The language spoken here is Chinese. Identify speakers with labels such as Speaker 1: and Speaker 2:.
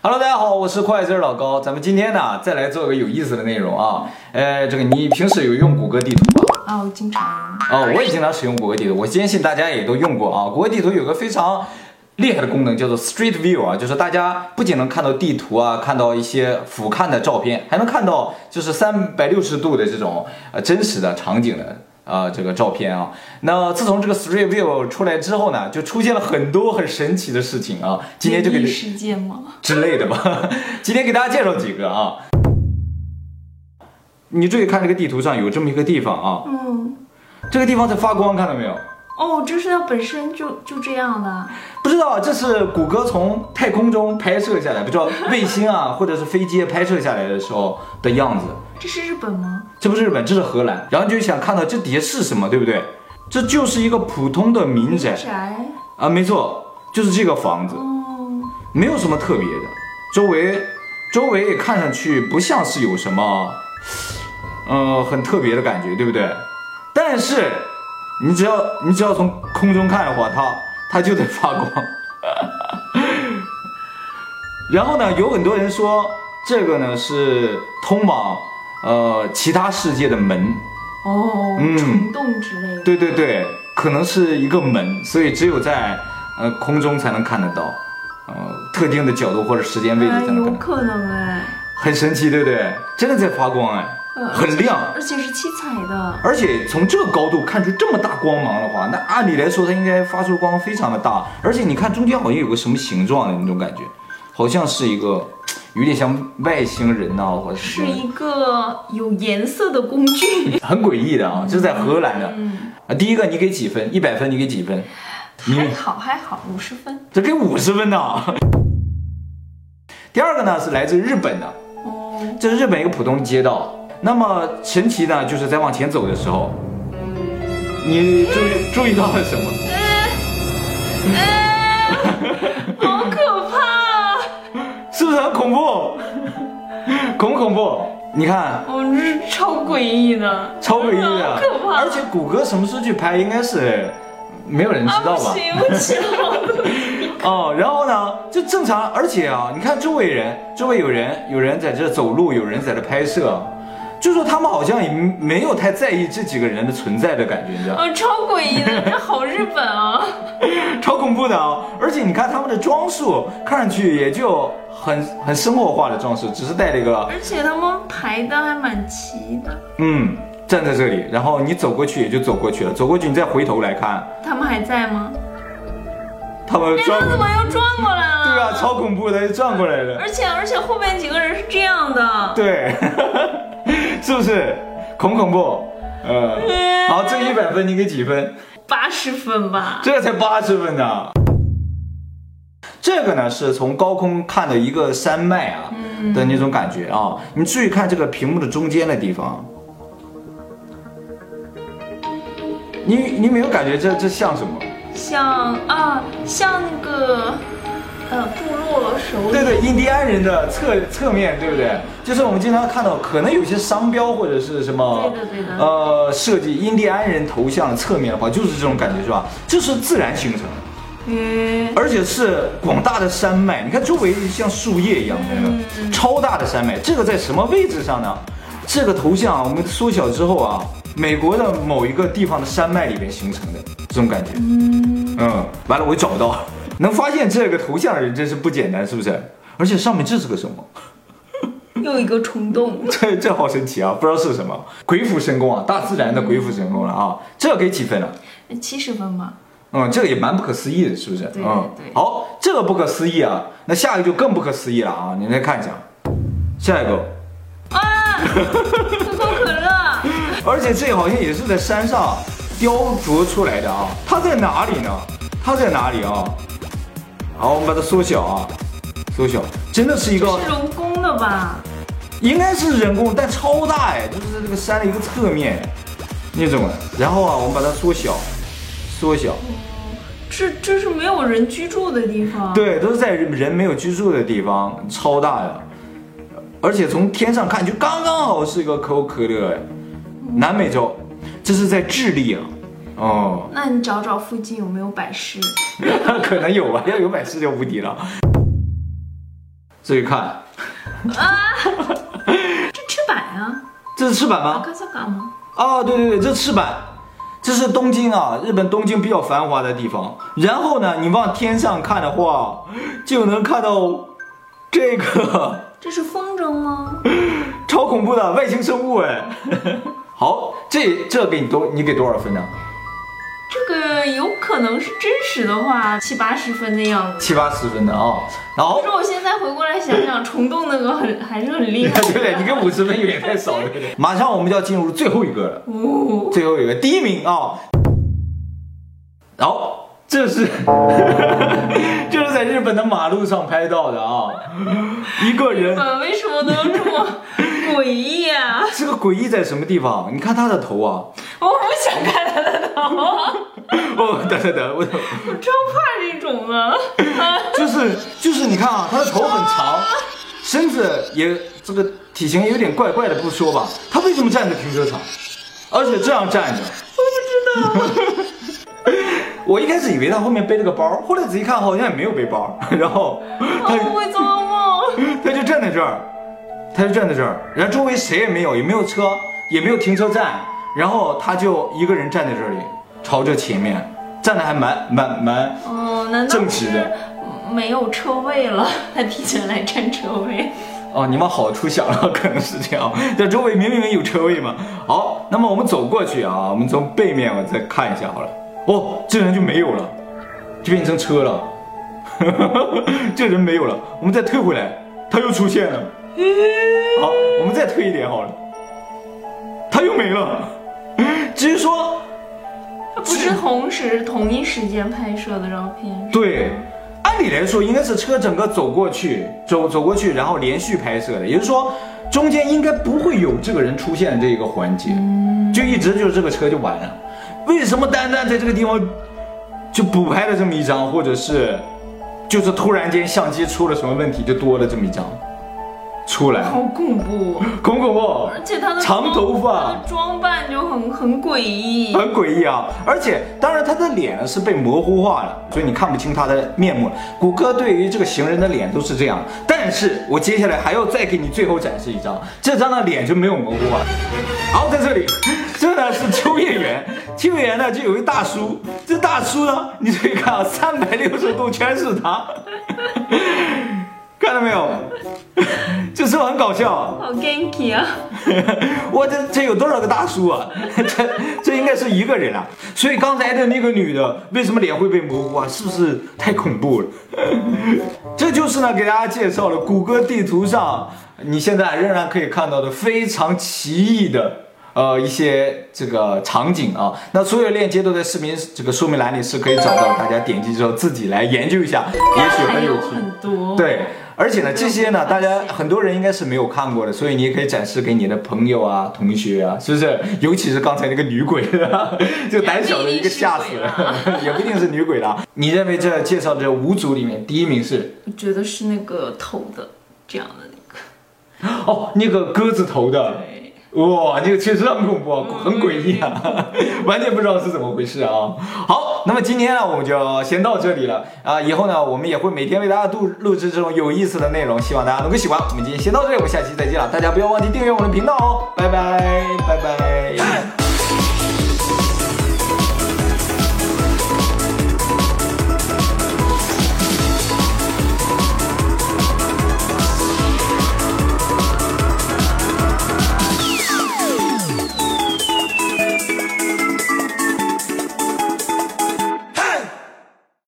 Speaker 1: Hello，大家好，我是快字儿老高，咱们今天呢再来做个有意思的内容啊。呃，这个你平时有用谷歌地图吗？
Speaker 2: 啊，我经常
Speaker 1: 啊、我也经常使用谷歌地图，我坚信大家也都用过啊。谷歌地图有个非常厉害的功能叫做 Street View 啊，就是大家不仅能看到地图啊，看到一些俯瞰的照片，还能看到就是三百六十度的这种呃真实的场景的。呃，这个照片啊，那自从这个 Street View 出来之后呢，就出现了很多很神奇的事情啊。今天就给
Speaker 2: 灵异事件吗？
Speaker 1: 之类的吧。 今天给大家介绍几个啊。你注意看这个地图上有这么一个地方啊，
Speaker 2: 嗯，
Speaker 1: 这个地方在发光，看到没有？
Speaker 2: 哦，就是它本身就就这样的。
Speaker 1: 不知道啊这是谷歌从太空中拍摄下来，不知道卫星啊 或者是飞机拍摄下来的时候的样子。
Speaker 2: 这是日本吗？
Speaker 1: 这不是日本，这是荷兰。然后就想看到这底下是什么，对不对？这就是一个普通的民宅
Speaker 2: 宅。
Speaker 1: 啊，没错，就是这个房子。
Speaker 2: 哦，
Speaker 1: 没有什么特别的，周围周围也看上去不像是有什么，呃，很特别的感觉，对不对？但是你只要你只要从空中看的话，它它就在发光。 然后呢，有很多人说这个呢是通往呃其他世界的门，
Speaker 2: 哦，
Speaker 1: 嗯
Speaker 2: 虫洞之类的。
Speaker 1: 对对对，可能是一个门，所以只有在呃空中才能看得到，呃特定的角度或者时间位置
Speaker 2: 哎，
Speaker 1: 才能看得
Speaker 2: 有
Speaker 1: 到。
Speaker 2: 可能哎，
Speaker 1: 很神奇，对不对？真的在发光哎，
Speaker 2: 呃
Speaker 1: 很亮，
Speaker 2: 而且是七彩的。
Speaker 1: 而且从这个高度看出这么大光芒的话，那按理来说它应该发出光非常的大，而且你看中间好像有个什么形状的那种感觉，好像是一个有点像外星人呐、或者什
Speaker 2: 是
Speaker 1: 么
Speaker 2: 一个有颜色的工具，
Speaker 1: 很诡异的啊，
Speaker 2: 嗯
Speaker 1: 这是在荷兰的。啊，第一个你给几分？一百分你给几分？你
Speaker 2: 还好还好，五十分。
Speaker 1: 这给五十分呢。 第二个呢是来自日本的，
Speaker 2: 哦，
Speaker 1: 这是日本一个普通的街道。那么神奇呢，就是在往前走的时候，你注意注意到了什么？
Speaker 2: 哎 好可怕！
Speaker 1: 是不是很恐怖？ 恐不恐怖？你看，
Speaker 2: 哦，这是超诡异的，
Speaker 1: 超诡异的，
Speaker 2: 好可怕！
Speaker 1: 而且谷歌什么时候去拍，应该是没有人知
Speaker 2: 啊，
Speaker 1: 道
Speaker 2: 不
Speaker 1: 吧？
Speaker 2: 行，不行，
Speaker 1: 哦，然后呢，就正常，而且啊，你看周围人，周围有人，有人在这走路，有人在这拍摄，就说他们好像也没有太在意这几个人的存在的感觉，你知道吗？
Speaker 2: 哦， 超诡异的，这好日本啊！
Speaker 1: 超恐怖的啊！而且你看他们的装束，看上去也就很很生活化的装饰，只是戴了一个
Speaker 2: 而且他们排的还蛮齐的，
Speaker 1: 嗯，站在这里，然后你走过去也就走过去了，走过去你再回头来看，
Speaker 2: 他们还在吗？
Speaker 1: 他们
Speaker 2: 哎，
Speaker 1: 转
Speaker 2: 他
Speaker 1: 过
Speaker 2: 怎，么又转过来了？
Speaker 1: 对啊，超恐怖的，转过来了，
Speaker 2: 而且而且后面几个人是这样的，
Speaker 1: 对， 是不是恐恐怖？呃，好，这一百分你给几分？
Speaker 2: 八十分吧。
Speaker 1: 这才八十分呢。这个呢是从高空看的一个山脉啊
Speaker 2: 嗯
Speaker 1: 的那种感觉啊，你注意看这个屏幕的中间的地方，你你有没有感觉这这像什么？
Speaker 2: 像啊，像那个呃部落首
Speaker 1: 对
Speaker 2: 领，
Speaker 1: 对，印第安人的侧侧面对不对？就是我们经常看到，可能有些商标或者是什么，
Speaker 2: 对的对的
Speaker 1: 呃，设计印第安人头像的侧面的话，就是这种感觉是吧？这是自然形成的。
Speaker 2: 嗯，
Speaker 1: 而且是广大的山脉，你看周围像树叶一样的，超大的山脉。这个在什么位置上呢？这个头像啊我们缩小之后啊，美国的某一个地方的山脉里边形成的这种感觉。嗯，完了我也找不到， 能发现这个头像的人真是不简单，是不是？而且上面这是个什么？
Speaker 2: 又一个虫洞，
Speaker 1: 这这好神奇啊，不知道是什么，鬼斧神工啊，大自然的鬼斧神工了啊！这给几分了？
Speaker 2: 哎七十分吧。
Speaker 1: 嗯，这个也蛮不可思议的，是不是？
Speaker 2: 对
Speaker 1: 嗯，
Speaker 2: 对
Speaker 1: 好，这个不可思议啊，那下一个就更不可思议了啊！你再看一下，下一个，
Speaker 2: 啊，可口可乐，
Speaker 1: 而且这好像也是在山上雕琢出来的啊，它在哪里呢？它在哪里啊？好，我们把它缩小啊，缩小，真的是一个
Speaker 2: 这，是人工的吧？
Speaker 1: 应该是人工，但超大哎，就是在这个山的一个侧面那种的。然后啊，我们把它缩小，缩小，
Speaker 2: 这这是没有人居住的地方。
Speaker 1: 对，都是在人没有居住的地方，超大的，而且从天上看就刚刚好是一个可口可乐，哎，南美洲，这是在智利啊，哦，
Speaker 2: 那你找找附近有没有百事？
Speaker 1: 可能有吧，要有百事就无敌了。自己看，
Speaker 2: 这赤坂呀、
Speaker 1: 这是赤坂
Speaker 2: 啊，
Speaker 1: 吗？
Speaker 2: 高萨港吗？
Speaker 1: 哦，对对对，这是赤坂，这是东京啊，日本东京比较繁华的地方。然后呢，你往天上看的话，就能看到这个
Speaker 2: 这是风筝吗？
Speaker 1: 超恐怖的外星生物 哎。好，这这给你多，你给多少分呢？
Speaker 2: 这个有可能是真实的话，七八十分的样子。
Speaker 1: 七八十分的啊、然后
Speaker 2: 可是我现在回过来想想，虫洞那个很还是很厉害。
Speaker 1: 对了，你跟五十分有点太少了。马上我们就要进入最后一个了，
Speaker 2: 哦，
Speaker 1: 最后一个第一名啊、然后这是 这是在日本的马路上拍到的啊、一个人
Speaker 2: 本呃为什么都这么 诡异啊？
Speaker 1: 这个诡异在什么地方？你看他的头啊！
Speaker 2: 我不想看他的头，
Speaker 1: 哦，等等等，我
Speaker 2: 我超怕这种啊 的。
Speaker 1: 就是就是，你看 啊，他的头很长，身子也这个体型有点怪怪的，不说吧，他为什么站在停车场，而且这样站着？
Speaker 2: 我不知道，
Speaker 1: 我一开始以为他后面背了个包，后来仔细看好像也没有背包， 然后他
Speaker 2: 我哦会做噩梦。
Speaker 1: 他就站在这儿，他就站在这儿，然后周围谁也没有，也没有车，也没有停车站，然后他就一个人站在这里，朝着前面站的还蛮蛮蛮，
Speaker 2: 哦，难
Speaker 1: 正
Speaker 2: 道
Speaker 1: 直
Speaker 2: 是
Speaker 1: 的
Speaker 2: 没有车位了？他提前来占车位。
Speaker 1: 哦，你往好处想了，可能是这样，但周围明明有车位嘛。好，那么我们走过去啊，我们从背面我再看一下好了。哦，这人就没有了，就变成车了， 这人没有了，我们再退回来，他又出现了。好，我们再退一点好了，他又没了，只是说
Speaker 2: 不是同时同一时间拍摄的照片，
Speaker 1: 对，按理来说应该是车整个走过去，走走过去，然后连续拍摄的，也就是说中间应该不会有这个人出现的这个环节，就一直就是这个车就完了。为什么单单在这个地方就补拍了这么一张，或者是就是突然间相机出了什么问题就多了这么一张出来，
Speaker 2: 好恐怖！
Speaker 1: 恐不恐怖？
Speaker 2: 而且他的
Speaker 1: 长
Speaker 2: 装
Speaker 1: 头发
Speaker 2: 他的装扮就很很诡异。
Speaker 1: 很诡异啊！而且，当然他的脸呢是被模糊化了，所以你看不清他的面目了。谷歌对于这个行人的脸都是这样，但是我接下来还要再给你最后展示一张，这张的脸就没有模糊啊。好，在这里，这呢是秋叶原，秋叶原呢就有一大叔，这大叔呢，你注意看啊，三百六十度全是他， 看到没有？ 这是不是很搞笑啊？
Speaker 2: 好 ganky 啊！
Speaker 1: 我这这有多少个大叔啊？ 这这应该是一个人啊。所以刚才的那个女的为什么脸会被模糊啊？是不是太恐怖了？ 这就是呢，给大家介绍了谷歌地图上你现在仍然可以看到的非常奇异的。呃，一些这个场景啊，那所有链接都在视频这个说明栏里是可以找到，大家点击之后自己来研究一下，也许
Speaker 2: 还
Speaker 1: 很有
Speaker 2: 有
Speaker 1: 趣。
Speaker 2: 很多，，
Speaker 1: 对，而且呢，哦这些呢，大家很多人应该是没有看过的，所以你也可以展示给你的朋友啊、同学啊，是不 是？尤其是刚才那个女鬼，啊 就胆小的一个吓死了， 也不一定是女鬼啦。你认为这介绍这五组里面，第一名是
Speaker 2: 我觉得是那个头的这样的那个，
Speaker 1: 哦，那个鸽子头的。
Speaker 2: 对，
Speaker 1: 哇，这个确实很恐怖，啊，很诡异啊， 完全不知道是怎么回事啊。好，那么今天呢，我们就先到这里了啊。以后呢，我们也会每天为大家录录制这种有意思的内容，希望大家能够喜欢。我们今天先到这里，我们下期再见了。大家不要忘记订阅我们的频道哦，拜拜，拜拜。